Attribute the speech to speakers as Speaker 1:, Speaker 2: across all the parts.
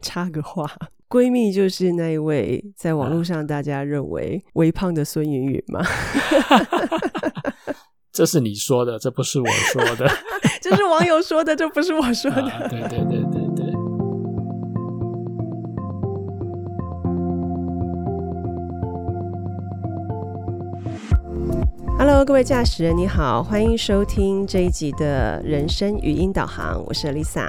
Speaker 1: 插个话，闺蜜就是那一位在网络上大家认为微胖的孙云云嘛，
Speaker 2: 这是你说的，这不是我说 的。
Speaker 1: 这是网友说的，这不是我说的。
Speaker 2: 啊，对对对对对。
Speaker 1: Hello，各位驾驶人，你好，欢迎收听这一集的人生语音导航，我是 Lisa。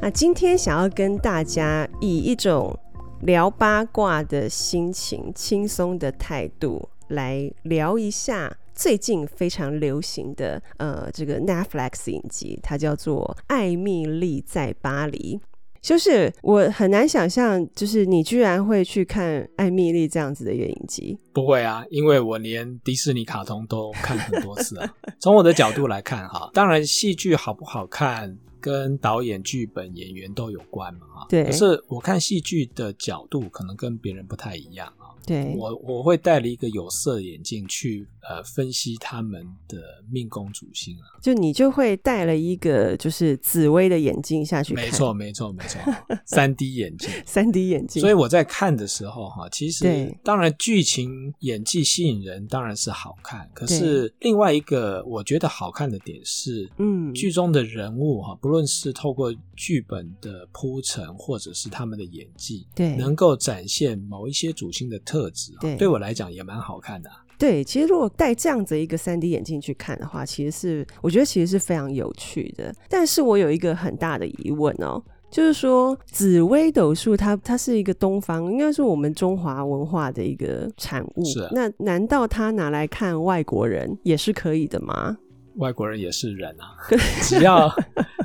Speaker 1: 那今天想要跟大家以一种聊八卦的心情、轻松的态度来聊一下最近非常流行的呃这个 Netflix 影集，它叫做《艾蜜莉在巴黎》。就是我很难想象，就是你居然会去看《艾蜜莉》这样子的一个影集。
Speaker 2: 不会啊，因为我连迪士尼卡通都看很多次 啊。从我的角度来看哈，当然戏剧好不好看跟导演、剧本、演员都有关嘛哈。
Speaker 1: 对
Speaker 2: 可是我看戏剧的角度可能跟别人不太一样啊。
Speaker 1: 对，
Speaker 2: 我我会戴了一个有色眼镜去呃分析他们的命宫主星啊。
Speaker 1: 就你就会戴了一个就是紫薇的眼镜下去看，
Speaker 2: 没错，没错，没错。三 D 眼镜。
Speaker 1: 三 D 眼镜，
Speaker 2: 所以我在看的时候，哈，其实
Speaker 1: 对
Speaker 2: 当然剧情演技吸引人当然是好看，可是另外一个我觉得好看的点是，
Speaker 1: 嗯，
Speaker 2: 剧中的人物哈，不论是透过剧本的铺陈，或者是他们的演技，
Speaker 1: 对
Speaker 2: 能够展现某一些主星的特质，哈
Speaker 1: 对
Speaker 2: 对我来讲也蛮好看的啊。
Speaker 1: 对，其实如果戴这样子一个三 D 眼镜去看的话，其实是我觉得其实是非常有趣的。但是我有一个很大的疑问哦，就是说紫微斗数它它是一个东方，应该是我们中华文化的一个产物。
Speaker 2: 是啊
Speaker 1: 那难道它拿来看外国人也是可以的吗？
Speaker 2: 外国人也是人啊， 只要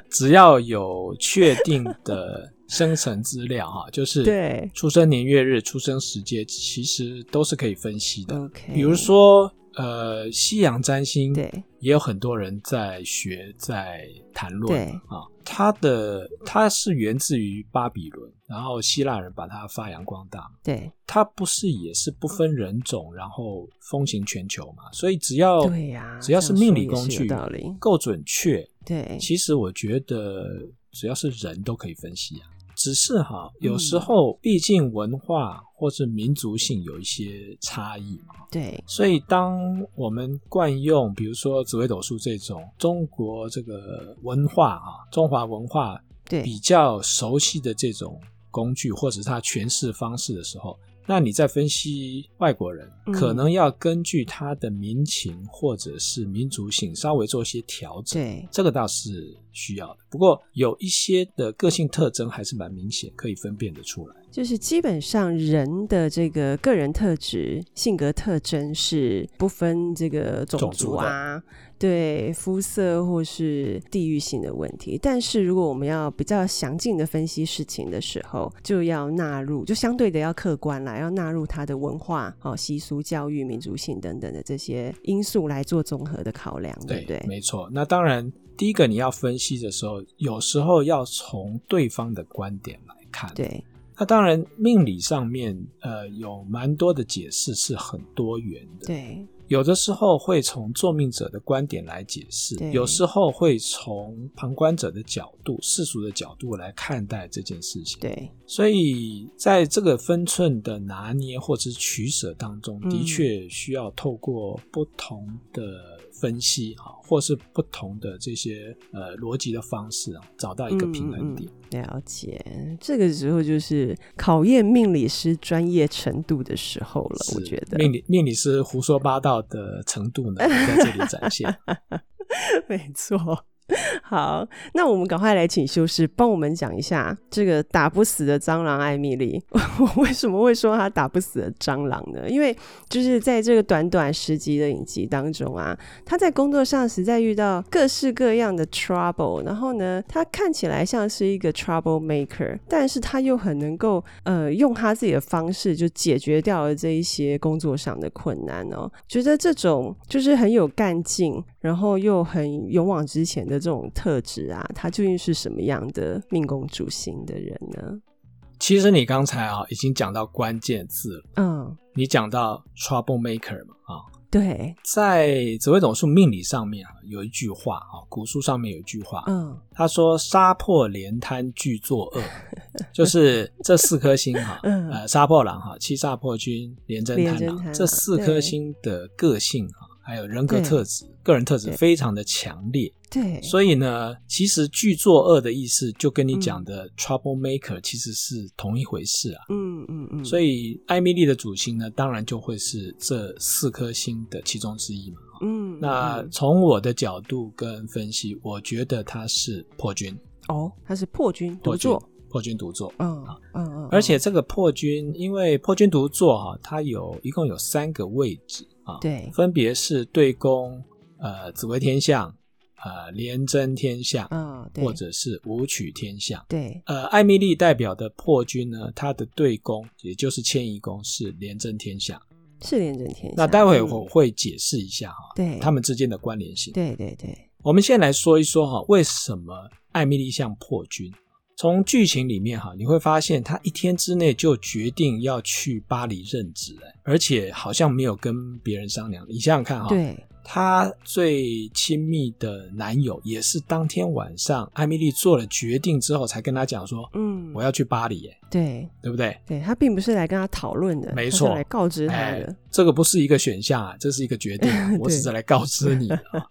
Speaker 2: 只要有确定的生成资料哈，就是
Speaker 1: 对
Speaker 2: 出生年月日、出生时间，其实都是可以分析的。
Speaker 1: ，OK，
Speaker 2: 呃比如说，呃，西洋占星，
Speaker 1: 对
Speaker 2: 也有很多人在学、在谈论
Speaker 1: 对
Speaker 2: 啊。它的它是源自于巴比伦，然后希腊人把它发扬光大。
Speaker 1: 对
Speaker 2: 它不是也是不分人种，然后风行全球嘛？所以只要
Speaker 1: 对呀、
Speaker 2: 哦只要
Speaker 1: 这
Speaker 2: 是
Speaker 1: 样
Speaker 2: 命理
Speaker 1: 说也是
Speaker 2: 工
Speaker 1: 有
Speaker 2: 具
Speaker 1: 道理，
Speaker 2: 够准确，
Speaker 1: 对
Speaker 2: 其实我觉得只要是人都可以分析啊，只是哈，有
Speaker 1: 嗯
Speaker 2: 时候毕竟文化或是民族性有一些差异嘛，
Speaker 1: 对
Speaker 2: 所以当我们惯用比如说紫微斗数这种中国这个文化啊，中华文化
Speaker 1: 对，
Speaker 2: 比较熟悉的这种工具或者是它诠释方式的时候。那你在分析外国人，
Speaker 1: 嗯
Speaker 2: 可能要根据他的民情或者是民族性稍微做一些调整。
Speaker 1: 对
Speaker 2: 这个倒是需要的。不过有一些的个性特征还是蛮明显，可以分辨得出来。
Speaker 1: 就是基本上人的这个个人特质、性格特征是不分这个种族啊，对肤色或是地域性的问题。但是如果我们要比较详尽的分析事情的时候，就要纳入，就相对的要客观啦，要纳入他的文化、哦习俗、教育、民族性等等的这些因素来做综合的考量，对不对？
Speaker 2: 没错。那当然，第一个你要分析的时候，有时候要从对方的观点来看。
Speaker 1: 对
Speaker 2: 那当然，命理上面呃有蛮多的解释是很多元的。
Speaker 1: 对
Speaker 2: 有的时候会从作命者的观点来解释
Speaker 1: 对，
Speaker 2: 有时候会从旁观者的角度、世俗的角度来看待这件事情。
Speaker 1: 对
Speaker 2: 所以在这个分寸的拿捏或者是取舍当中，
Speaker 1: 嗯
Speaker 2: 的确需要透过不同的分析啊，或是不同的这些呃逻辑的方式啊，找到一个平衡点。
Speaker 1: 了解，这个时候就是考验命理师专业程度的时候了，我
Speaker 2: 是
Speaker 1: 觉得。
Speaker 2: 命理命理师胡说八道的程度呢，在这里展现。
Speaker 1: 没错。好，那我们赶快来请修士帮我们讲一下这个打不死的蟑螂艾米丽。 我为什么会说它打不死的蟑螂呢？因为就是在这个短短十集的影集当中啊，他在工作上实在遇到各式各样的 trouble，然后呢，他看起来像是一个 trouble maker，但是他又很能够呃用他自己的方式就解决掉了这一些工作上的困难哦。觉得这种就是很有干劲，然后又很勇往直前的这种特质啊，他究竟是什么样的命宫主星的人呢？
Speaker 2: 其实你刚才啊，已经讲到关键字了，
Speaker 1: 嗯，
Speaker 2: 你讲到 trouble maker 嘛啊，
Speaker 1: 对，
Speaker 2: 在紫微斗数命理上面啊，有一句话啊，古书上面有一句话，
Speaker 1: 嗯，
Speaker 2: 他说“杀破连贪俱作 恶”，就是这四颗星哈、
Speaker 1: 嗯
Speaker 2: 呃，杀破狼哈、七煞破军、廉贞贪
Speaker 1: 廉
Speaker 2: 狼
Speaker 1: 贞贪
Speaker 2: 啊这四颗星的个性哈、还有人格
Speaker 1: 对
Speaker 2: 特质、个人特质
Speaker 1: 对
Speaker 2: 非常的强烈，
Speaker 1: 对，
Speaker 2: 所以呢，其实巨作恶的意思就跟你讲的 trouble maker 其实是同一回事啊。
Speaker 1: 嗯嗯嗯，
Speaker 2: 所以艾米丽的主星呢，当然就会是这四颗星的其中之一嘛。
Speaker 1: 嗯，
Speaker 2: 那
Speaker 1: 嗯
Speaker 2: 从我的角度跟分析，我觉得他是破军，
Speaker 1: 哦，他是破军独
Speaker 2: 破军
Speaker 1: 坐，，
Speaker 2: 破军独坐。
Speaker 1: 嗯嗯嗯，嗯
Speaker 2: 而且这个破军，因为破军独坐哈、它有一共有三个位置啊，
Speaker 1: 对，
Speaker 2: 分别是对宫、呃紫微天象、呃廉贞天象，
Speaker 1: 嗯对，
Speaker 2: 或者是武曲天象。
Speaker 1: 对，
Speaker 2: 呃，艾米丽代表的破军呢，它的对宫也就是迁移宫是廉贞天象。
Speaker 1: 是廉贞天下。
Speaker 2: 那待会
Speaker 1: 嗯
Speaker 2: 我会解释一下哈、
Speaker 1: 对
Speaker 2: 他们之间的关联性。
Speaker 1: 对对对，
Speaker 2: 我们先来说一说哈、为什么艾米丽像破军？从剧情里面哈、你会发现她一天之内就决定要去巴黎任职，哎而且好像没有跟别人商量。你想想看哈、
Speaker 1: 对
Speaker 2: 她最亲密的男友也是当天晚上艾米丽做了决定之后才跟她讲说，
Speaker 1: 嗯
Speaker 2: 我，要去巴黎耶，
Speaker 1: 对
Speaker 2: 对不对？
Speaker 1: 对，他并不是来跟他讨论的，
Speaker 2: 没
Speaker 1: 他是
Speaker 2: 错
Speaker 1: 来告知他
Speaker 2: 哎
Speaker 1: 的，，
Speaker 2: 这个不是一个选项啊，这是一个决定啊、我只是
Speaker 1: 对
Speaker 2: 来告知你的 啊。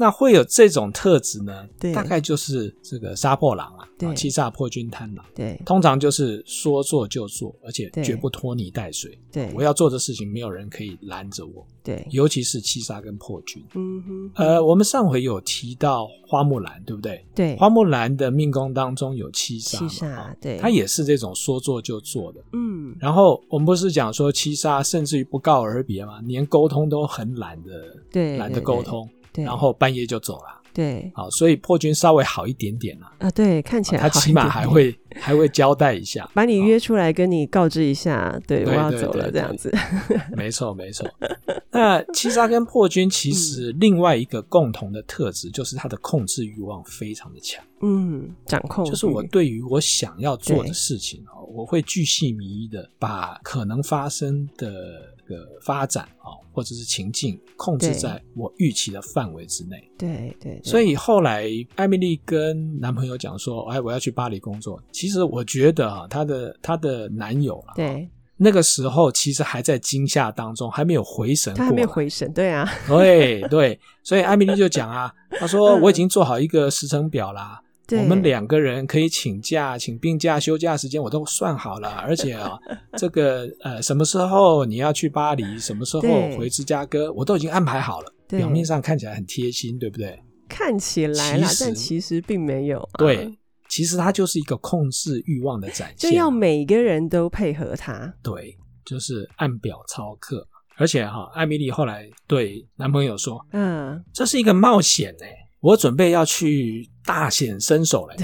Speaker 2: 那会有这种特质呢
Speaker 1: 对，
Speaker 2: 大概就是这个杀破狼啊，
Speaker 1: 对
Speaker 2: 啊七煞破军贪狼，
Speaker 1: 对
Speaker 2: 通常就是说做就做，而且
Speaker 1: 对
Speaker 2: 绝不拖泥带水。
Speaker 1: 对，
Speaker 2: 我要做的事情，没有人可以拦着我，
Speaker 1: 对，
Speaker 2: 尤其是七杀跟破军。
Speaker 1: 嗯哼，
Speaker 2: 呃，我们上回有提到花木兰，对不对？
Speaker 1: 对，
Speaker 2: 花木兰的命宫当中有七杀
Speaker 1: 七
Speaker 2: 嘛，
Speaker 1: 煞
Speaker 2: 啊，
Speaker 1: 对，
Speaker 2: 她也是这种说做就做的。
Speaker 1: 嗯，
Speaker 2: 然后我们不是讲说七杀甚至于不告而别嘛，连沟通都很懒的，
Speaker 1: 对
Speaker 2: 懒得
Speaker 1: 对
Speaker 2: 沟
Speaker 1: 对
Speaker 2: 通，
Speaker 1: 对，
Speaker 2: 然后半夜就走了。
Speaker 1: 对
Speaker 2: 好，所以破军稍微好一点点啦、
Speaker 1: 啊，对，看起来
Speaker 2: 他
Speaker 1: 好一
Speaker 2: 起码
Speaker 1: 点
Speaker 2: 还
Speaker 1: 点。
Speaker 2: 会 还会交代一 下
Speaker 1: 把你约出来跟你告知一下，对我
Speaker 2: 对
Speaker 1: 要
Speaker 2: 对
Speaker 1: 走
Speaker 2: 对
Speaker 1: 了这
Speaker 2: 对
Speaker 1: 样子，
Speaker 2: 没错，没错。那七杀跟破军其
Speaker 1: 嗯
Speaker 2: 实另外一个共同的特质就是他的控制欲望非常的强，
Speaker 1: 嗯，掌控
Speaker 2: 就是我
Speaker 1: 欲
Speaker 2: 对于我想要做
Speaker 1: 对
Speaker 2: 的事情哦，我会巨细靡遗的把可能发生的个发展啊、哦，或者是情境控制
Speaker 1: 对
Speaker 2: 在我预期的范围之内。
Speaker 1: 对对，
Speaker 2: 所
Speaker 1: 以
Speaker 2: 以后来艾米丽跟男朋友讲说：“哎，我要去巴黎工作。”其实我觉得啊，她的她的男友啊，
Speaker 1: 对
Speaker 2: 那个时候其实还在惊吓当中，还没有回神过
Speaker 1: 他
Speaker 2: 来。
Speaker 1: 还没有回神，对啊，
Speaker 2: 对对，所以艾米丽就讲啊，她说：“
Speaker 1: 嗯
Speaker 2: 我已经做好一个时程表啦。”
Speaker 1: 对，
Speaker 2: 我们两个人可以请假、请病假、休假时间我都算好 了，而且啊，这个呃，什么时候你要去巴黎，什么时候
Speaker 1: 对
Speaker 2: 回芝加哥，我都已经安排好了。
Speaker 1: 对嗯
Speaker 2: 表面上看起来很贴心，对不对？
Speaker 1: 看起来啦，
Speaker 2: 其
Speaker 1: 但
Speaker 2: 实
Speaker 1: 其实并没有、啊，
Speaker 2: 对，，啊其实它就是一个控制欲望的展现，
Speaker 1: 就要每个人都配合他，
Speaker 2: 对，就是按表操课。而且哈、艾米丽后来对男朋友说
Speaker 1: 嗯，：“
Speaker 2: 这是一个冒险哎、我准备要去大显身手嘞、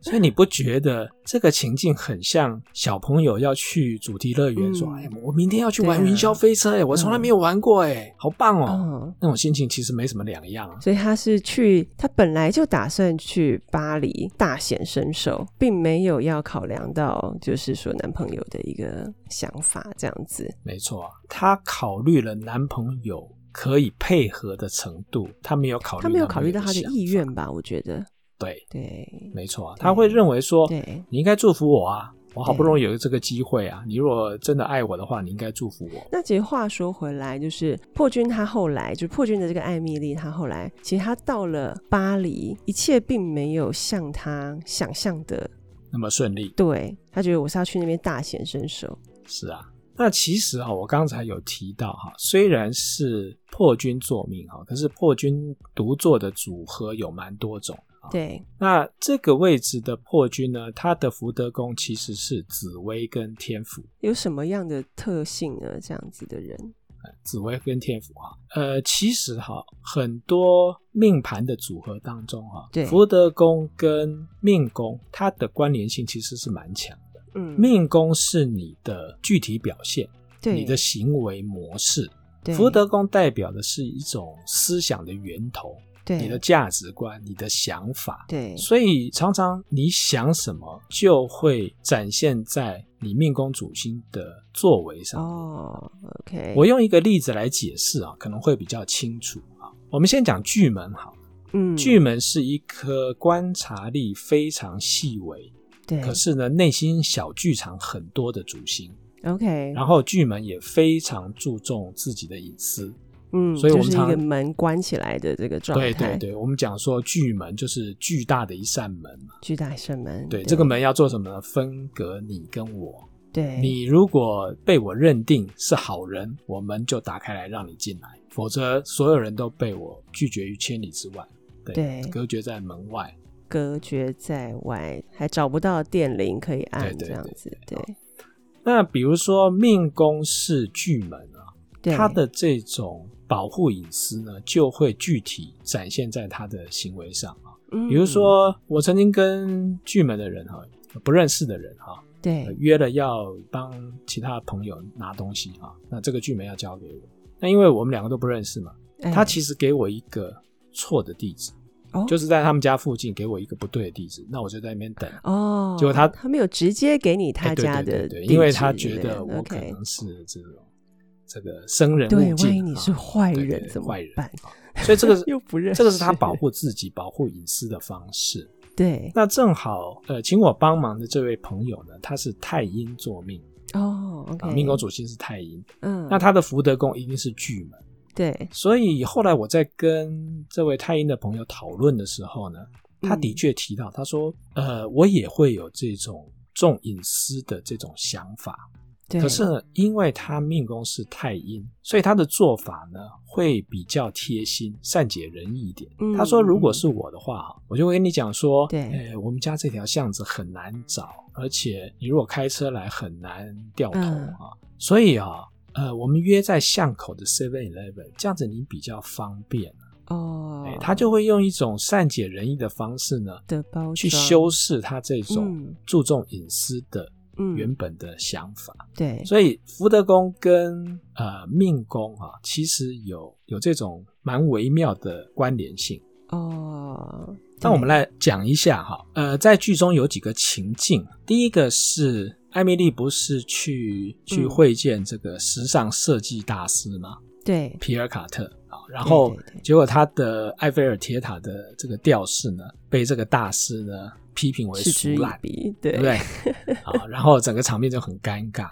Speaker 2: 所以你不觉得这个情境很像小朋友要去主题乐园说：“
Speaker 1: 嗯
Speaker 2: 哎，我明天要去玩
Speaker 1: 对啊
Speaker 2: 云霄飞车哎、我从来没有玩过哎、好棒哦！”
Speaker 1: 嗯，
Speaker 2: 那种心情其实没什么两样啊。
Speaker 1: 所以他是去，他本来就打算去巴黎大显身手，并没有要考量到就是说男朋友的一个想法这样子，
Speaker 2: 没错，她考虑了男朋友可以配合的程度，她没有考虑
Speaker 1: 他没有考虑到
Speaker 2: 男
Speaker 1: 他
Speaker 2: 朋
Speaker 1: 的
Speaker 2: 友想法
Speaker 1: 意。愿吧？我觉得，
Speaker 2: 对，
Speaker 1: 对
Speaker 2: 没错，
Speaker 1: 对
Speaker 2: 她会认为说，
Speaker 1: 对
Speaker 2: 你应该祝福我啊，我好
Speaker 1: 对
Speaker 2: 不容易有这个机会啊，你如果真的爱我的话，你应该祝福我。
Speaker 1: 那其实话说回来，就是破军他后来，就破军的这个艾米丽，她后来其实她到了巴黎，一切并没有像她想象的，
Speaker 2: 那么顺利，
Speaker 1: 对她觉得我是要去那边大显身手，
Speaker 2: 是啊。那其实啊，我刚才有提到哈、虽然是破军作命哈、可是破军独坐的组合有蛮多种啊。
Speaker 1: 对，
Speaker 2: 那这个位置的破军呢，他的福德宫其实是紫薇跟天府。
Speaker 1: 有什么样的特性呢？这样子的人，
Speaker 2: 紫薇跟天府哈，呃，其实哈，很多命盘的组合当中哈
Speaker 1: 对，
Speaker 2: 福德宫跟命宫它的关联性其实是蛮强的。
Speaker 1: 嗯，
Speaker 2: 命宫是你的具体表现，
Speaker 1: 对
Speaker 2: 你的行为模式；
Speaker 1: 对
Speaker 2: 福德宫代表的是一种思想的源头，
Speaker 1: 对
Speaker 2: 你的价值观、你的想法。
Speaker 1: 对，
Speaker 2: 所以常常你想什么，就会展现在你命宫主星的作为上面。
Speaker 1: 哦，OK，
Speaker 2: 我用一个例子来解释啊，可能会比较清楚啊。我们先讲巨门好了，
Speaker 1: 嗯，
Speaker 2: 巨门是一颗观察力非常细微，
Speaker 1: 对
Speaker 2: 可是呢内心小剧场很多的主星。
Speaker 1: ，OK，
Speaker 2: 然后巨门也非常注重自己的隐私，
Speaker 1: 嗯，
Speaker 2: 所以我们
Speaker 1: 就是一
Speaker 2: 常
Speaker 1: 个门关起来的这个状态，
Speaker 2: 对对对，我们讲说巨门就是巨大的一扇门嘛，
Speaker 1: 巨大圣门，
Speaker 2: 对，这个门要做什么呢？分隔你跟我。
Speaker 1: 对
Speaker 2: 你如果被我认定是好人，我门就打开来让你进来，否则所有人都被我拒绝于千里之外，对，
Speaker 1: 对
Speaker 2: 隔绝在门外。
Speaker 1: 隔绝在外，还找不到电铃可以按，
Speaker 2: 对对
Speaker 1: 这样
Speaker 2: 对
Speaker 1: 子，对
Speaker 2: 那比如说命宫是巨门啊，
Speaker 1: 对，
Speaker 2: 他的这种保护隐私呢，就会具体展现在他的行为上啊。
Speaker 1: 嗯，
Speaker 2: 比如说，我曾经跟巨门的人哈，不认识的人哈，
Speaker 1: 对
Speaker 2: 呃约了要帮其他朋友拿东西哈，那这个巨门要交给我。那因为我们两个都不认识嘛，
Speaker 1: 哎
Speaker 2: 呃他其实给我一个错的地址，
Speaker 1: 哦
Speaker 2: 就是在他们家附近给我一个不对的地址，那我就在那边等。
Speaker 1: 哦，
Speaker 2: 结果他
Speaker 1: 他没有直接给你他
Speaker 2: 哎
Speaker 1: 家
Speaker 2: 对
Speaker 1: 的
Speaker 2: 对对对
Speaker 1: 地
Speaker 2: 因为
Speaker 1: 址
Speaker 2: 他
Speaker 1: 之
Speaker 2: 觉
Speaker 1: 类
Speaker 2: 得
Speaker 1: 的
Speaker 2: 我可
Speaker 1: ，OK，
Speaker 2: 能是这种这个生人
Speaker 1: 对，
Speaker 2: 勿
Speaker 1: 万
Speaker 2: 近
Speaker 1: 一你
Speaker 2: 啊
Speaker 1: 是坏
Speaker 2: 对对
Speaker 1: 人
Speaker 2: 对
Speaker 1: 怎么
Speaker 2: 坏人
Speaker 1: 办？
Speaker 2: 啊所以这个
Speaker 1: 又不认识，
Speaker 2: 这个是他保护自己、保护隐私的方式。
Speaker 1: 对
Speaker 2: 那正好，呃，请我帮忙的这位朋友呢，他是太阴座命
Speaker 1: 哦，OK，
Speaker 2: 啊，命宫主星是太阴，
Speaker 1: 嗯，
Speaker 2: 那他的福德宫一定是巨门，
Speaker 1: 对
Speaker 2: 所以后来我在跟这位太阴的朋友讨论的时候呢，
Speaker 1: 嗯
Speaker 2: 他的确提到，他说，呃，我也会有这种重隐私的这种想法，
Speaker 1: 对，
Speaker 2: 可是呢，因为他命宫是太阴，所以他的做法呢会比较贴心、善解人意一点。
Speaker 1: 嗯
Speaker 2: 他说，如果是我的话哈，我就会跟你讲说，
Speaker 1: 对
Speaker 2: 呃，我们家这条巷子很难找，而且你如果开车来很难掉头
Speaker 1: 嗯
Speaker 2: 啊，所以啊，呃，我们约在巷口的 Seven Eleven，这样子你比较方便。
Speaker 1: 哦
Speaker 2: 哎，，他就会用一种善解人意的方式呢，
Speaker 1: 的包
Speaker 2: 去
Speaker 1: 装
Speaker 2: 修饰他这种
Speaker 1: 嗯
Speaker 2: 注重隐私的
Speaker 1: 嗯
Speaker 2: 原本的想法。
Speaker 1: 对
Speaker 2: 所以福德宫跟呃命宫啊，其实有有这种蛮微妙的关联性。
Speaker 1: 哦，
Speaker 2: 那我们
Speaker 1: 来
Speaker 2: 来讲一下哈，呃，在剧中有几个情境，啊第一个是艾米丽不是去去
Speaker 1: 嗯
Speaker 2: 会见这个时尚设计大师吗？
Speaker 1: 对
Speaker 2: 皮尔卡特啊，然后
Speaker 1: 对对对
Speaker 2: 结果他的埃菲尔铁塔的这个吊饰呢，被这个大师呢批评为
Speaker 1: 嗤之
Speaker 2: 俗
Speaker 1: 以
Speaker 2: 烂，
Speaker 1: 鼻，
Speaker 2: 对
Speaker 1: 对
Speaker 2: 不对？ 啊，然后整个场面就很尴尬。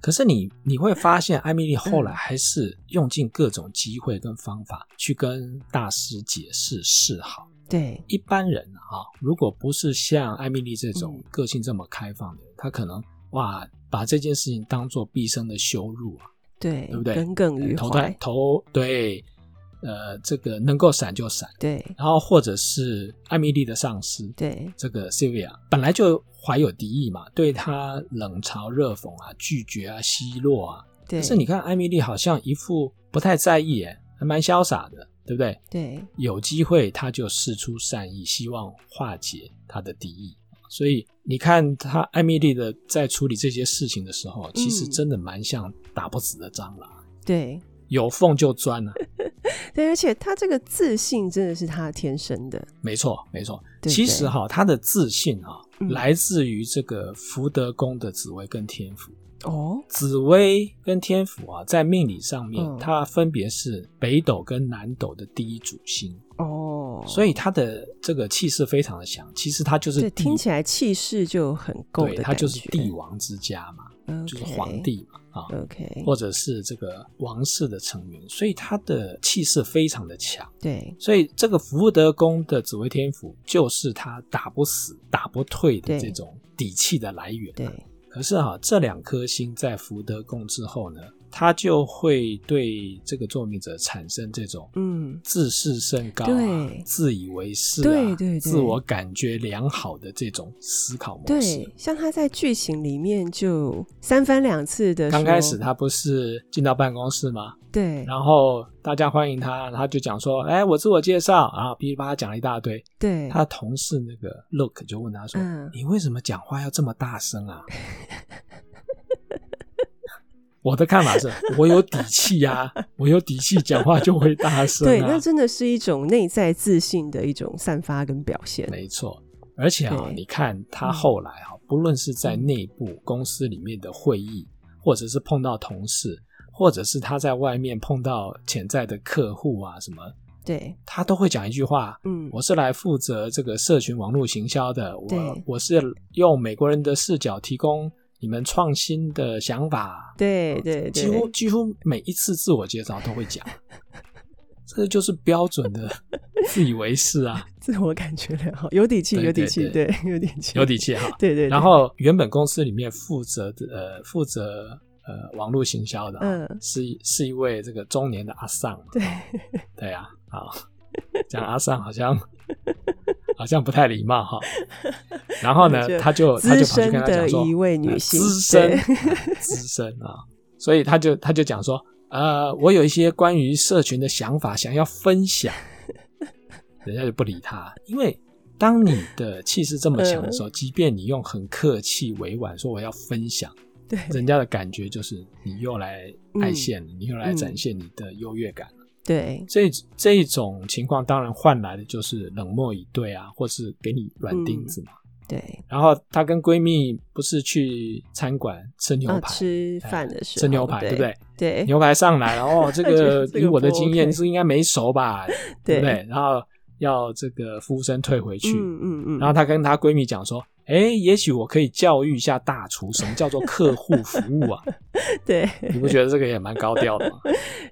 Speaker 2: 可是你你会发现，艾米丽后
Speaker 1: 嗯
Speaker 2: 来还是用尽各种机会跟方法去跟大师解释示好。
Speaker 1: 对
Speaker 2: 一般人啊，如果不是像艾米丽这
Speaker 1: 嗯
Speaker 2: 种个性这么开放的人，他可能哇把这件事情当做毕生的羞辱啊，
Speaker 1: 对
Speaker 2: 对不对
Speaker 1: 耿耿于
Speaker 2: 头戴
Speaker 1: 怀，
Speaker 2: 头对，呃，这个能够闪就闪。
Speaker 1: 对
Speaker 2: 然后或者是艾米丽的上司，
Speaker 1: 对
Speaker 2: 这个 Sylvia 本来就怀有敌意嘛，对他冷嘲热讽啊、拒绝啊、奚落啊。
Speaker 1: 对，
Speaker 2: 可是你看艾米丽好像一副不太在意，哎，还蛮潇洒的，对不对？
Speaker 1: 对
Speaker 2: 有机会他就释出善意，希望化解他的敌意。所以你看他艾米丽的在处理这些事情的时候，
Speaker 1: 嗯
Speaker 2: 其实真的蛮像打不死的蟑螂，
Speaker 1: 对
Speaker 2: 有缝就钻 啊。
Speaker 1: 对，而且他这个自信真的是他天生的，
Speaker 2: 没错，没错。
Speaker 1: 对
Speaker 2: 其实哈，他的自信哈，
Speaker 1: 嗯
Speaker 2: 来自于这个福德宫的紫薇跟天府。
Speaker 1: 哦，
Speaker 2: 紫薇跟天府啊，在命理上面，
Speaker 1: 嗯
Speaker 2: 它分别是北斗跟南斗的第一主星，
Speaker 1: 哦，
Speaker 2: 所以它的这个气势非常的强。其实它就是
Speaker 1: 对，
Speaker 2: 地
Speaker 1: 听起来气势就很够
Speaker 2: 对，
Speaker 1: 的
Speaker 2: 它
Speaker 1: 感
Speaker 2: 就是
Speaker 1: 觉
Speaker 2: 帝王之家嘛，就是皇帝嘛啊，
Speaker 1: ，OK，
Speaker 2: 或者是这个王室的成员，所以它的气势非常的强。
Speaker 1: 对
Speaker 2: 所以这个福德宫的紫薇天府就是他打不死、打不退的
Speaker 1: 对
Speaker 2: 这种底气的来源、啊
Speaker 1: 对，
Speaker 2: 可是哈、这两颗星在福德宫之后呢，它就会对这个作命者产生这种
Speaker 1: 嗯，
Speaker 2: 自视甚高、啊
Speaker 1: 对、
Speaker 2: 自以为是、啊、
Speaker 1: 对对对
Speaker 2: 自我感觉良好的这种思考模式
Speaker 1: 对。，像他在剧情里面就三番两次的，
Speaker 2: 刚开始他不是进到办公室吗？
Speaker 1: 对
Speaker 2: 然后大家欢迎他，他就讲说：“哎，我自我介绍。”然后噼里啪啦讲了一大堆。
Speaker 1: 对，
Speaker 2: 他同事那个 Look 就问他说：“
Speaker 1: 嗯
Speaker 2: 你为什么讲话要这么大声啊？”我的看法是，我有底气呀、我有底气，讲话就会大声、啊。
Speaker 1: 对，那真的是一种内在自信的一种散发跟表现。
Speaker 2: 没错，而且啊，
Speaker 1: 对嗯
Speaker 2: 你看他后来哈、不论是在内部公司里面的会议，或者是碰到同事，或者是他在外面碰到潜在的客户啊什么，
Speaker 1: 对，
Speaker 2: 他都会讲一句话。
Speaker 1: 嗯，
Speaker 2: 我是来负责这个社群网络行销的，我
Speaker 1: 对
Speaker 2: 我是用美国人的视角提供你们创新的想法，
Speaker 1: 对对
Speaker 2: 几
Speaker 1: 对
Speaker 2: 乎，几乎每一次自我介绍都会讲， 这就是标 准的自以为是啊，
Speaker 1: 自我感觉良好，有底气，
Speaker 2: 对
Speaker 1: 有
Speaker 2: 对
Speaker 1: 底气，
Speaker 2: 对
Speaker 1: 对，有底气，
Speaker 2: 有底气哈。
Speaker 1: 对，对对。
Speaker 2: 然后原本公司里面负责的呃负责呃网络行销的啊、
Speaker 1: 嗯
Speaker 2: 是一是一位这个中年的阿桑嘛，
Speaker 1: 对，
Speaker 2: 对啊，好，讲阿桑好像好像不太礼貌 哈。然后呢
Speaker 1: 我觉，得
Speaker 2: 他就他
Speaker 1: 资
Speaker 2: 就跑去
Speaker 1: 深
Speaker 2: 跟他讲
Speaker 1: 的
Speaker 2: 说，
Speaker 1: 一位
Speaker 2: 呃
Speaker 1: 女性，
Speaker 2: 资 深
Speaker 1: 对
Speaker 2: 啊资深啊，所以他就他就讲说，呃，我有一些关于社群的想法想要分享，人家就不理他，因为当你的气势这么强的时候，
Speaker 1: 嗯
Speaker 2: 即便你用很客气委婉说我要分享，
Speaker 1: 对
Speaker 2: 人家的感觉就是你又来
Speaker 1: 嗯
Speaker 2: 爱现了，你又来展现你的优越感。
Speaker 1: 对
Speaker 2: 这这种情况当然换来的就是冷漠以对啊，或是给你软
Speaker 1: 嗯
Speaker 2: 钉子嘛。
Speaker 1: 对，
Speaker 2: 然后她跟闺蜜不是去餐馆吃牛
Speaker 1: 啊，
Speaker 2: 排，
Speaker 1: 吃
Speaker 2: 哎
Speaker 1: 饭的时候，
Speaker 2: 吃牛排对不对？
Speaker 1: 对，
Speaker 2: 牛排上来，然 后这
Speaker 1: 觉得
Speaker 2: 个
Speaker 1: 这个
Speaker 2: 以我的
Speaker 1: 不
Speaker 2: 经验
Speaker 1: OK
Speaker 2: 是应该没熟吧，
Speaker 1: 对
Speaker 2: 对不对？然后要这个服务生退回去，
Speaker 1: 嗯嗯嗯，
Speaker 2: 然后她跟她闺蜜讲说：“哎，也许我可以教育一下大厨， 什么叫做客户服务啊？
Speaker 1: 对，
Speaker 2: 你不觉得这个也蛮高 调的吗？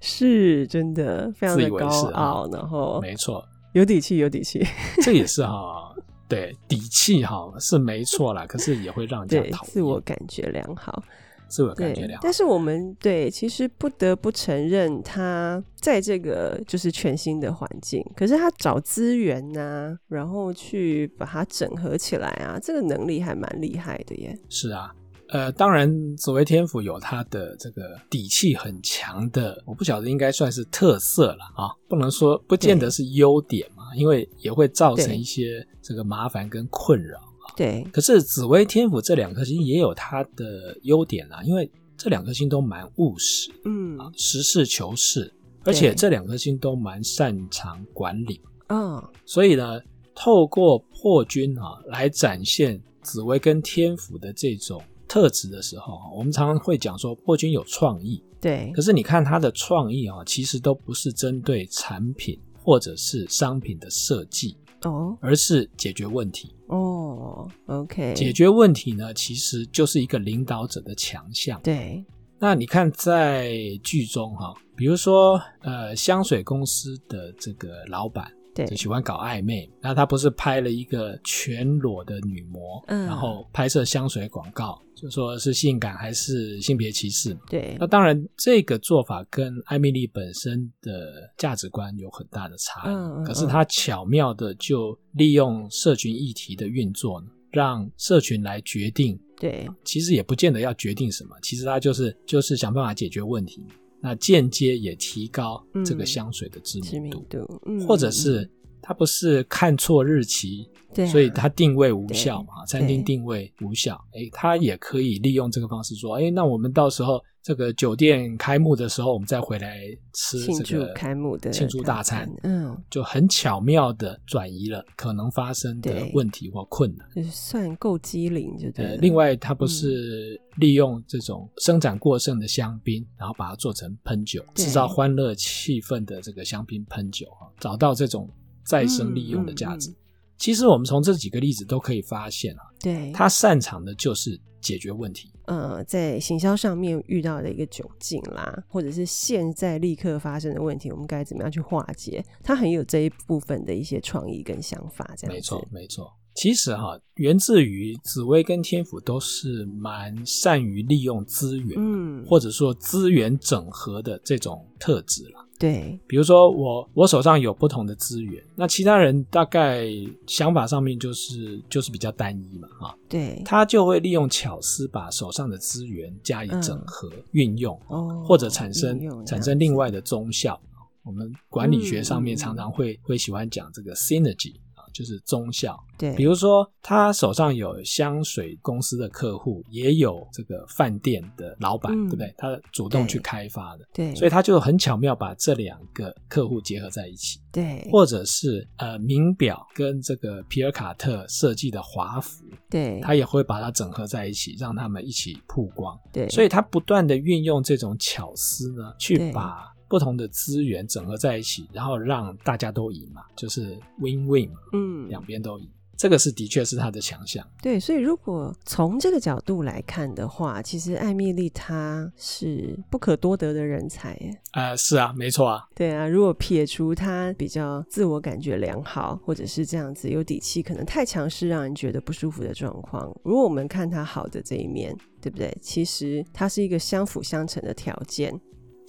Speaker 1: 是真的非常
Speaker 2: 自
Speaker 1: 的
Speaker 2: 以为
Speaker 1: 高
Speaker 2: 是啊
Speaker 1: 傲，然后
Speaker 2: 没错，
Speaker 1: 有底气，有底气，
Speaker 2: 这也是哈，对底气哈是没错啦，可是也会让人家
Speaker 1: 对，
Speaker 2: 讨厌，
Speaker 1: 自我感觉良好，
Speaker 2: 自我感觉
Speaker 1: 对
Speaker 2: 良。好
Speaker 1: 但。是我们对其实不得不承认，他在这个就是全新的环境，可是他找资源呐、然后去把它整合起来啊，这个能力还蛮厉害的耶。
Speaker 2: 是啊，呃，当然，紫薇天府有它的这个底气很强的，我不晓得应该算是特色了啊，不能说不见得是优点嘛，因为也会造成
Speaker 1: 对
Speaker 2: 一些这个麻烦跟困扰。
Speaker 1: 对，
Speaker 2: 可是紫薇天府这两颗星也有它的优点啊，因为这两颗星都蛮务实，
Speaker 1: 嗯，
Speaker 2: 实事求是，而且
Speaker 1: 对
Speaker 2: 这两颗星都蛮擅长管理。
Speaker 1: 哦，
Speaker 2: 所以呢，透过破军啊来展现紫薇跟天府的这种特质的时候啊，我们常常会讲说破军有创意，
Speaker 1: 对
Speaker 2: 可，是你看他的创意啊，其实都不是针对产品或者是商品的设计，
Speaker 1: 哦
Speaker 2: 而是解决问题。
Speaker 1: 哦，OK，
Speaker 2: 解决问题呢，其实就是一个领导者的强项。
Speaker 1: 对，
Speaker 2: 那你看在剧中哈、比如说呃香水公司的这个老板。
Speaker 1: 对
Speaker 2: 就，喜欢搞暧昧。那他不是拍了一个全裸的女模，
Speaker 1: 嗯
Speaker 2: 然后拍摄香水广告，就说是性感还是性别歧视嘛？
Speaker 1: 对
Speaker 2: 那，当然，这个做法跟艾米丽本身的价值观有很大的差异。
Speaker 1: 嗯嗯
Speaker 2: 可是他巧妙的就利用社群议题的运作呢，让社群来决定。
Speaker 1: 对，
Speaker 2: 其实也不见得要决定什么，其实他就是就是想办法解决问题。那间接也提高这个
Speaker 1: 嗯
Speaker 2: 香水的知
Speaker 1: 知
Speaker 2: 名
Speaker 1: 名
Speaker 2: 度。
Speaker 1: 度，嗯，
Speaker 2: 或者
Speaker 1: 嗯
Speaker 2: 是他不是看错日期，
Speaker 1: 对啊，
Speaker 2: 所以他定位无效
Speaker 1: 对
Speaker 2: 嘛，餐厅定位无效，诶，他也可以利用这个方式说，诶，那我们到时候这个酒店开幕的时候，我们再回来吃
Speaker 1: 庆
Speaker 2: 这个
Speaker 1: 祝开幕的
Speaker 2: 庆祝大
Speaker 1: 餐
Speaker 2: 餐，
Speaker 1: 嗯，
Speaker 2: 就很巧妙的转移了可能发生的
Speaker 1: 对
Speaker 2: 问题或困难。
Speaker 1: 就是算够机灵，就对
Speaker 2: 呃，
Speaker 1: 了。
Speaker 2: 另外，他
Speaker 1: 嗯
Speaker 2: 不是利用这种生产过剩的香槟，然后把它做成喷酒，
Speaker 1: 对
Speaker 2: 制造欢乐气氛的这个香槟喷酒啊，找到这种再生利用的价值。
Speaker 1: 嗯嗯
Speaker 2: 其实我们从这几个例子都可以发现啊，
Speaker 1: 对，
Speaker 2: 他擅长的就是解决问题。
Speaker 1: 呃，在行销上面遇到的一个窘境啦，或者是现在立刻发生的问题，我们该怎么样去化解？他很有这一部分的一些创意跟想法，这样子。
Speaker 2: 没错，，没错。其实哈、源自于紫薇跟天府都是蛮善于利用资源，
Speaker 1: 嗯，
Speaker 2: 或者说资源整合的这种特质啦。
Speaker 1: 对
Speaker 2: 比如说我我手上有不同的资源，那其他人大概想法上面就是就是比较单一
Speaker 1: 嗯
Speaker 2: 嘛啊，
Speaker 1: 对，
Speaker 2: 他就会利用巧思把手上的资源加以整合、运用，
Speaker 1: 哦，
Speaker 2: 或者产
Speaker 1: 运用
Speaker 2: 生
Speaker 1: 这样
Speaker 2: 产生另外的综效。我们管理学上面
Speaker 1: 嗯嗯
Speaker 2: 常常会、会喜欢讲这个 synergy 啊，就是忠孝。
Speaker 1: 对，
Speaker 2: 比如说，他手上有香水公司的客户，也有这个饭店的老板，
Speaker 1: 嗯
Speaker 2: 对不对？他主动去
Speaker 1: 对
Speaker 2: 开发的，
Speaker 1: 对
Speaker 2: 所以他就很巧妙把这两个客户结合在一起，
Speaker 1: 对
Speaker 2: 或者是呃名表跟这个皮尔卡特设计的华服，
Speaker 1: 对
Speaker 2: 他也会把它整合在一起，让他们一起曝光。
Speaker 1: 对，
Speaker 2: 所
Speaker 1: 以
Speaker 2: 以他不断的运用这种巧思呢，去
Speaker 1: 对
Speaker 2: 把不同的资源整合在一起，然后让大家都赢嘛，就是 win win 嘛。
Speaker 1: 嗯，
Speaker 2: 两边都赢，这个是的确是他的强项。
Speaker 1: 对，所以如果从这个角度来看的话，其实艾米丽她是不可多得的人才耶。
Speaker 2: 呃，是啊，没错啊，
Speaker 1: 对啊，如果撇除她比较自我感觉良好，或者是这样子有底气，可能太强势让人觉得不舒服的状况，如果我们看她好的这一面，对不对？其实它是一个相辅相成的条件。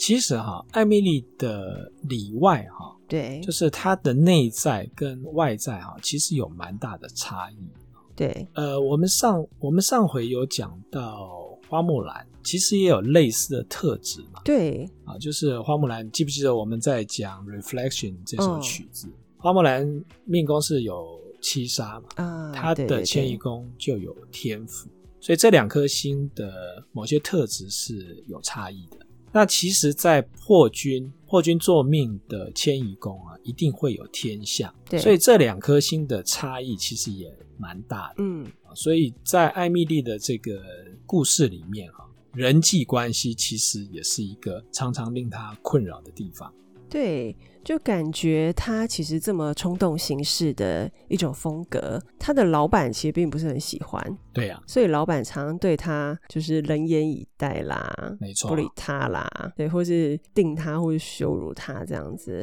Speaker 2: 其实哈、艾米丽的里外哈、
Speaker 1: 对，
Speaker 2: 就是她的内在跟外在哈、其实有蛮大的差异。
Speaker 1: 对，
Speaker 2: 呃，我们上我们上回有讲到花木兰，其实也有类似的特质嘛。
Speaker 1: 对，
Speaker 2: 啊，就是花木兰，记不记得我们在讲《Reflection》这首
Speaker 1: 嗯
Speaker 2: 曲子？花木兰命宫是有七杀嘛，
Speaker 1: 啊，
Speaker 2: 他
Speaker 1: 对
Speaker 2: 的
Speaker 1: 对
Speaker 2: 迁移
Speaker 1: 对
Speaker 2: 宫就有天赋，所以这两颗星的某些特质是有差异的。那其实，在破军破军做命的迁移宫啊，一定会有天象，
Speaker 1: 对
Speaker 2: 所以这两颗星的差异其实也蛮大的。啊
Speaker 1: 嗯，
Speaker 2: 所以在艾米丽的这个故事里面啊，人际关系其实也是一个常常令她困扰的地方。
Speaker 1: 对，就感觉他其实这么冲动行事的一种风格，他的老板其实并不是很喜欢，
Speaker 2: 对呀、啊，
Speaker 1: 所以老板常常对他就是冷眼以待啦，
Speaker 2: 没错
Speaker 1: 不理他啦，对，或是定他或是羞辱他这样子。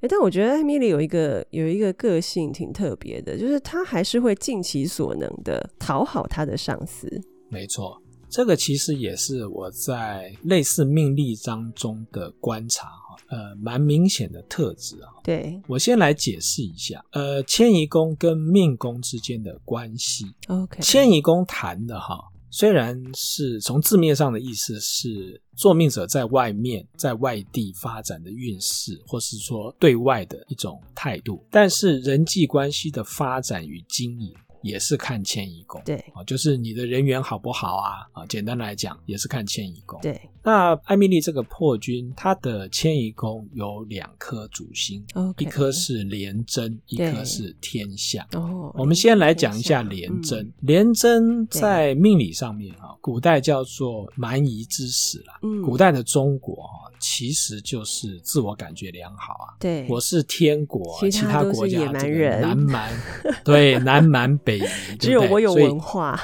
Speaker 1: 诶但我觉得艾米丽有一个有一个个性挺特别的，就是她还是会尽其所能的讨好她的上司。
Speaker 2: 没错，这个其实也是我在类似命例章中的观察哈，呃，蛮明显的特质啊。
Speaker 1: 对，
Speaker 2: 我先来解释一下，呃，迁移宫跟命宫之间的关系。
Speaker 1: OK，
Speaker 2: 迁移宫谈的哈，虽然是从字面上的意思是作命者在外面、在外地发展的运势，或是说对外的一种态度，但是人际关系的发展与经营也是看迁移宫。
Speaker 1: 对
Speaker 2: 啊，就是你的人缘好不好啊？啊，简单来讲也是看迁移宫。
Speaker 1: 对
Speaker 2: 那艾米丽这个破军，她的迁移宫有两颗主星
Speaker 1: OK，
Speaker 2: 一颗是廉贞，一颗
Speaker 1: 哦对
Speaker 2: 是天相。
Speaker 1: 哦，
Speaker 2: 我们先来讲一下廉
Speaker 1: 廉
Speaker 2: 贞。廉贞在命理上面啊，古代叫做蛮夷之始啦。
Speaker 1: 嗯，
Speaker 2: 啊古代的中国啊，其实就是自我感觉良好啊，
Speaker 1: 对，
Speaker 2: 我是天国，
Speaker 1: 其
Speaker 2: 其
Speaker 1: 他都是
Speaker 2: 国家
Speaker 1: 野蛮
Speaker 2: 这个
Speaker 1: 人
Speaker 2: 南蛮 对南蛮北夷，
Speaker 1: 只
Speaker 2: 对不
Speaker 1: 有
Speaker 2: 对
Speaker 1: 我有
Speaker 2: 所以
Speaker 1: 文化，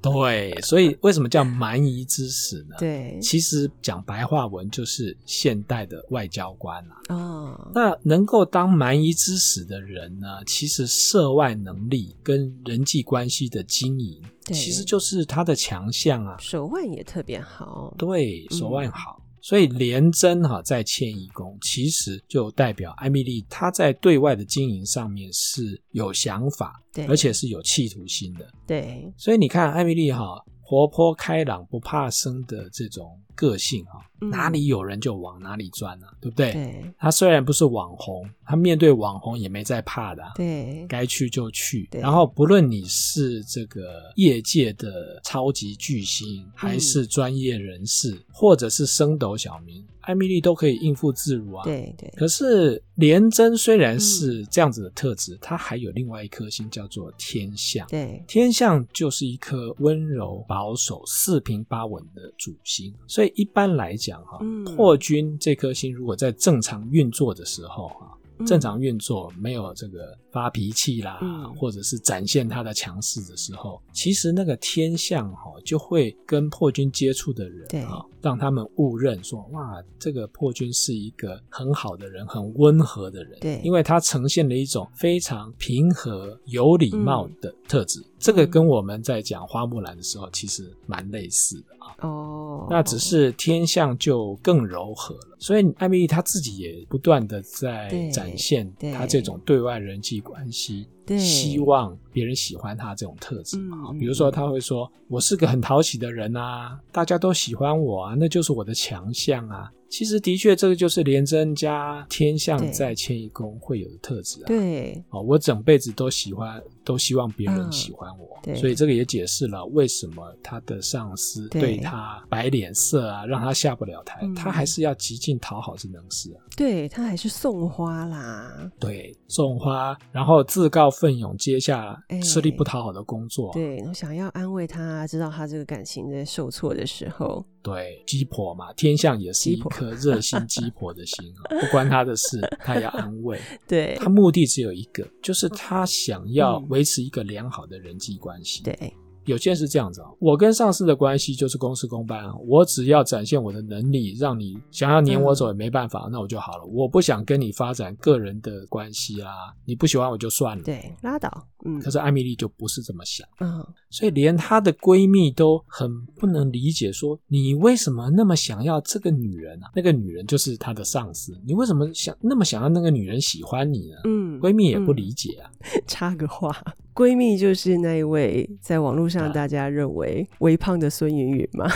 Speaker 2: 对，所以为什么叫蛮夷之始呢？
Speaker 1: 对，
Speaker 2: 其实讲白话文就是现代的外交官啊啦、
Speaker 1: 哦，
Speaker 2: 那能够当蛮夷之始的人呢，其实涉外能力跟人际关系的经营，
Speaker 1: 对
Speaker 2: 其实就是他的强项啊。
Speaker 1: 手腕也特别好，
Speaker 2: 对，
Speaker 1: 嗯
Speaker 2: 手腕好。所以廉贞哈在迁移宫，其实就代表艾米丽她在对外的经营上面是有想法，
Speaker 1: 对，
Speaker 2: 而且是有企图心的。
Speaker 1: 对
Speaker 2: 所以你看，艾米丽哈，活泼开朗、不怕生的这种个性哈，
Speaker 1: 嗯
Speaker 2: 哪里有人就往哪里钻啊，对不对？
Speaker 1: 对
Speaker 2: 她虽然不是网红，她面对网红也没在怕的啊、
Speaker 1: 对
Speaker 2: 该去就去。
Speaker 1: 对
Speaker 2: 然后，不论你是这个业界的超级巨星，还
Speaker 1: 嗯
Speaker 2: 是专业人士，或者是升斗小民，艾米丽都可以应付自如啊。
Speaker 1: 对嗯对，
Speaker 2: 可是廉贞虽然是这样子的特质，她还有另外一颗星叫做天象。
Speaker 1: 对
Speaker 2: 天象就是一颗温柔、保守、四平八稳的主星，所以一般来讲哈、
Speaker 1: 嗯
Speaker 2: 破军这颗星如果在正常运作的时候哈、
Speaker 1: 嗯
Speaker 2: 正常运作没有这个发脾气啦，
Speaker 1: 嗯
Speaker 2: 或者是展现他的强势的时候，其实那个天象哈、就会跟破军接触的人
Speaker 1: 对
Speaker 2: 啊、让他们误认说哇，这个破军是一个很好的人，很温和的人，
Speaker 1: 对
Speaker 2: 因为他呈现了一种非常平和、有礼貌
Speaker 1: 嗯
Speaker 2: 的特质。这个跟我们在讲花木兰的时候其实蛮类似的啊。
Speaker 1: 哦，
Speaker 2: 那只是天象就更柔和了，所以艾米丽她自己也不断的在
Speaker 1: 对
Speaker 2: 展现
Speaker 1: 对
Speaker 2: 她这种对外人际关系
Speaker 1: 对
Speaker 2: 希望别人喜欢他这种特质嘛。
Speaker 1: 嗯嗯
Speaker 2: 比如说，他会说：“我是个很讨喜的人啊，大家都喜欢我啊，那就是我的强项啊。”其实的确，这个就是廉贞加天
Speaker 1: 对
Speaker 2: 象在迁移宫会有的特质啊。
Speaker 1: 对，
Speaker 2: 哦，我整辈子都喜欢，都希望别人喜欢我，
Speaker 1: 嗯对
Speaker 2: 所以这个也解释了为什么他的上司
Speaker 1: 对
Speaker 2: 对他摆脸色啊，让他下不了台，
Speaker 1: 嗯
Speaker 2: 他还是要极尽讨好之能事啊。
Speaker 1: 对他还是送花啦，
Speaker 2: 对，送花，然后自告奋勇接下
Speaker 1: 哎
Speaker 2: 吃力不讨好的工作，
Speaker 1: 对，然后想要安慰他，知道他这个感情在受挫的时候，
Speaker 2: 对，鸡婆嘛，天象也是
Speaker 1: 鸡
Speaker 2: 一
Speaker 1: 婆
Speaker 2: 颗热心鸡婆的心啊，不关他的事，他也要安慰。
Speaker 1: 对
Speaker 2: 他目的只有一个，就是他想要
Speaker 1: 嗯
Speaker 2: 维持一个良好的人际关系。
Speaker 1: 对
Speaker 2: 有些人是这样子啊、我跟上司的关系就是公事公办啊，我只要展现我的能力，让你想要撵我走也没办法，那我就好了。我不想跟你发展个人的关系啊，你不喜欢我就算了。
Speaker 1: 对，拉倒，嗯
Speaker 2: 可是艾米丽就不是这么想，
Speaker 1: 嗯，
Speaker 2: 所以连她的闺蜜都很不能理解说你为什么那么想要这个女人啊？那个女人就是她的上司，你为什么想那么想要那个女人喜欢你呢？
Speaker 1: 嗯
Speaker 2: 闺蜜也不
Speaker 1: 嗯
Speaker 2: 理解啊。
Speaker 1: 插个话，闺蜜就是那一位在网络上
Speaker 2: 啊
Speaker 1: 大家认为微胖的孙云云嘛，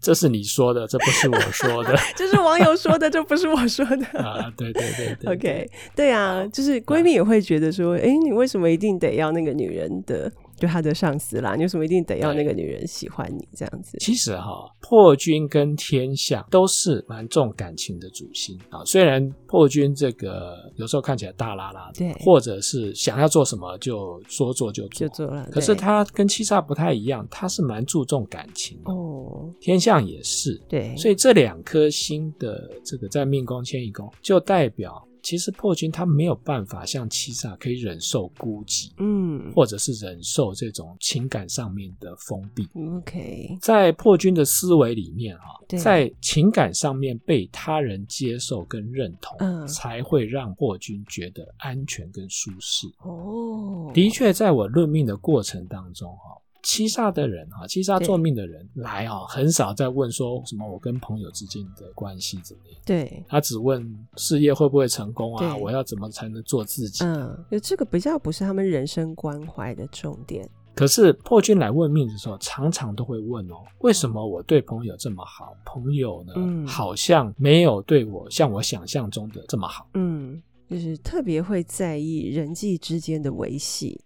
Speaker 2: 这是你说的，这不是我说的
Speaker 1: 这是网友说的，这不是我说的。
Speaker 2: 啊！对对对对
Speaker 1: OK，对啊，就是闺蜜也会觉得说，诶，你为什么一定得要那个女人的，就她的上司啦？你为什么一定得要那个女人喜欢你这样子？
Speaker 2: 其实哈、破军跟天象都是蛮重感情的主心啊。虽然破军这个有时候看起来大拉拉的，
Speaker 1: 对
Speaker 2: 或者是想要做什么就说做就做，
Speaker 1: 就做了。
Speaker 2: 可是
Speaker 1: 对
Speaker 2: 他跟七煞不太一样，他是蛮注重感情的。
Speaker 1: 哦，
Speaker 2: 天象也是，
Speaker 1: 对，
Speaker 2: 所以这两颗星的这个在命宫迁移宫，就代表其实破军他没有办法像七煞可以忍受孤寂，
Speaker 1: 嗯
Speaker 2: 或者是忍受这种情感上面的封闭。
Speaker 1: ，OK，
Speaker 2: 在破军的思维里面啊
Speaker 1: 对，
Speaker 2: 在情感上面被他人接受跟认同，
Speaker 1: 嗯
Speaker 2: 才会让破军觉得安全跟舒适。
Speaker 1: 哦，
Speaker 2: 的确，在我论命的过程当中哈、七煞的人哈、七煞
Speaker 1: 对
Speaker 2: 做命的人来哈、很少在问说什么我跟朋友之间的关系怎么样，
Speaker 1: 对，
Speaker 2: 他只问事业会不会成功啊，
Speaker 1: 对
Speaker 2: 我要怎么才能做自己？
Speaker 1: 嗯，就这个比较不是他们人生关怀的重点。
Speaker 2: 可是破军来问命的时候，常常都会问哦，为什么我对朋友这么好，朋友呢、
Speaker 1: 嗯
Speaker 2: 好像没有对我像我想象中的这么好？
Speaker 1: 嗯，就是特别会在意人际之间的维系。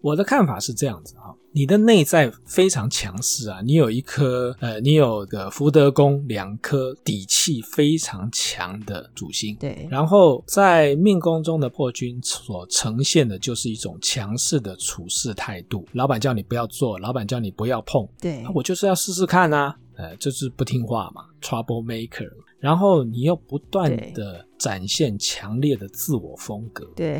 Speaker 2: 我的看法是这样子哈、你的内在非常强势啊，你有一颗呃，你有个福德宫两颗底气非常强的主星，
Speaker 1: 对，
Speaker 2: 然后在命宫中的破军所呈现的就是一种强势的处事态度，老板叫你不要做，老板叫你不要碰，
Speaker 1: 对
Speaker 2: 啊，我就是要试试看啊，呃，就是不听话嘛，trouble maker。然后你又不断
Speaker 1: 对
Speaker 2: 的展现强烈的自我风格，
Speaker 1: 对，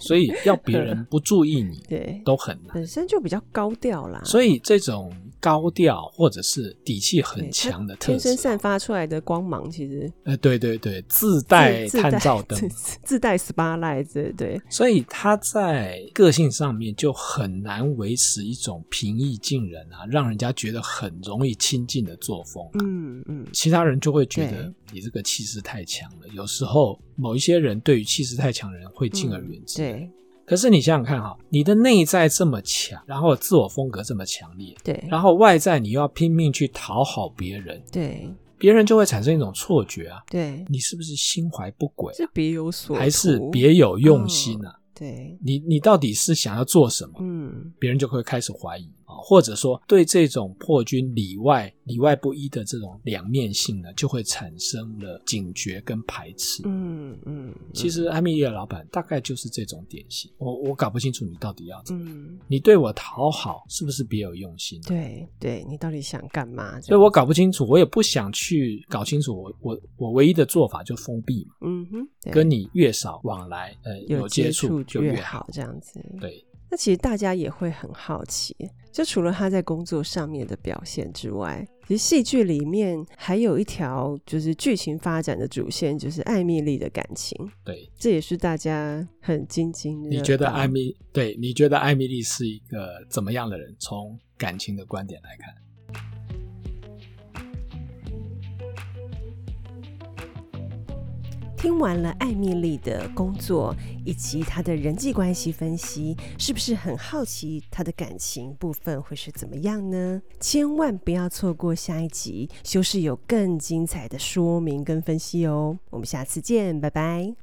Speaker 2: 所以要别人不注 意你
Speaker 1: 对，
Speaker 2: 都很难。
Speaker 1: 本身就比较高调啦，
Speaker 2: 所以这种高调或者是底气
Speaker 1: 对
Speaker 2: 很
Speaker 1: 它
Speaker 2: 强的特
Speaker 1: 天生
Speaker 2: 质，
Speaker 1: 散发出来的光芒，其实
Speaker 2: 呃，对对对，自
Speaker 1: 自
Speaker 2: 带
Speaker 1: 自
Speaker 2: 探照灯
Speaker 1: 自，自带 spotlight，对对
Speaker 2: 所以他在个性上面就很难维持一种平易近人啊，让人家觉得很容易亲近的作风。
Speaker 1: 嗯嗯，
Speaker 2: 其他人就会觉
Speaker 1: 对
Speaker 2: 得你这个气势太强了。有时候某一些人对于气势太强的人会敬而远
Speaker 1: 嗯
Speaker 2: 之。
Speaker 1: 对
Speaker 2: 可是你想想看哈，你的内在这么强，然后自我风格这么强烈，
Speaker 1: 对
Speaker 2: 然后外在你又要拼命去讨好别人，
Speaker 1: 对
Speaker 2: 别人就会产生一种错觉啊，
Speaker 1: 对，
Speaker 2: 你是不是心怀不轨
Speaker 1: 是
Speaker 2: 啊、
Speaker 1: 别有所
Speaker 2: 还是
Speaker 1: 图嗯
Speaker 2: 别有用心啊？
Speaker 1: 对，
Speaker 2: 你你到底是想要做什么？
Speaker 1: 嗯
Speaker 2: 别人就会开始怀疑啊，或者说对这种破军里外里外不一的这种两面性呢，就会产生了警觉跟排斥。
Speaker 1: 嗯嗯，
Speaker 2: 其实艾米丽的老板大概就是这种典型，我我搞不清楚你到底要怎么，
Speaker 1: 嗯嗯
Speaker 2: 你对我讨好是不是别有用心？啊
Speaker 1: 对对，你到底想干嘛？这
Speaker 2: 所以
Speaker 1: 样
Speaker 2: 我搞不清楚，我也不想去搞清楚我。我我唯一的做法就封闭嘛，
Speaker 1: 嗯哼，对
Speaker 2: 跟你越少往来，呃，有
Speaker 1: 接
Speaker 2: 接触就
Speaker 1: 越
Speaker 2: 好。
Speaker 1: 好，这样子。
Speaker 2: 对，
Speaker 1: 那其实大家也会很好奇，就除了他在工作上面的表现之外，其实戏剧里面还有一条就是剧情发展的主线，就是艾米丽的感情，
Speaker 2: 对，
Speaker 1: 这也是大家很津津乐道。
Speaker 2: 你觉得艾米对？你觉得艾米丽是一个怎么样的人？从感情的观点来看，
Speaker 1: 听完了艾米丽的工作以及她的人际关系分析，是不是很好奇她的感情部分会是怎么样呢？千万不要错过下一集，修饰有更精彩的说明跟分析哦。我们下次见，拜拜。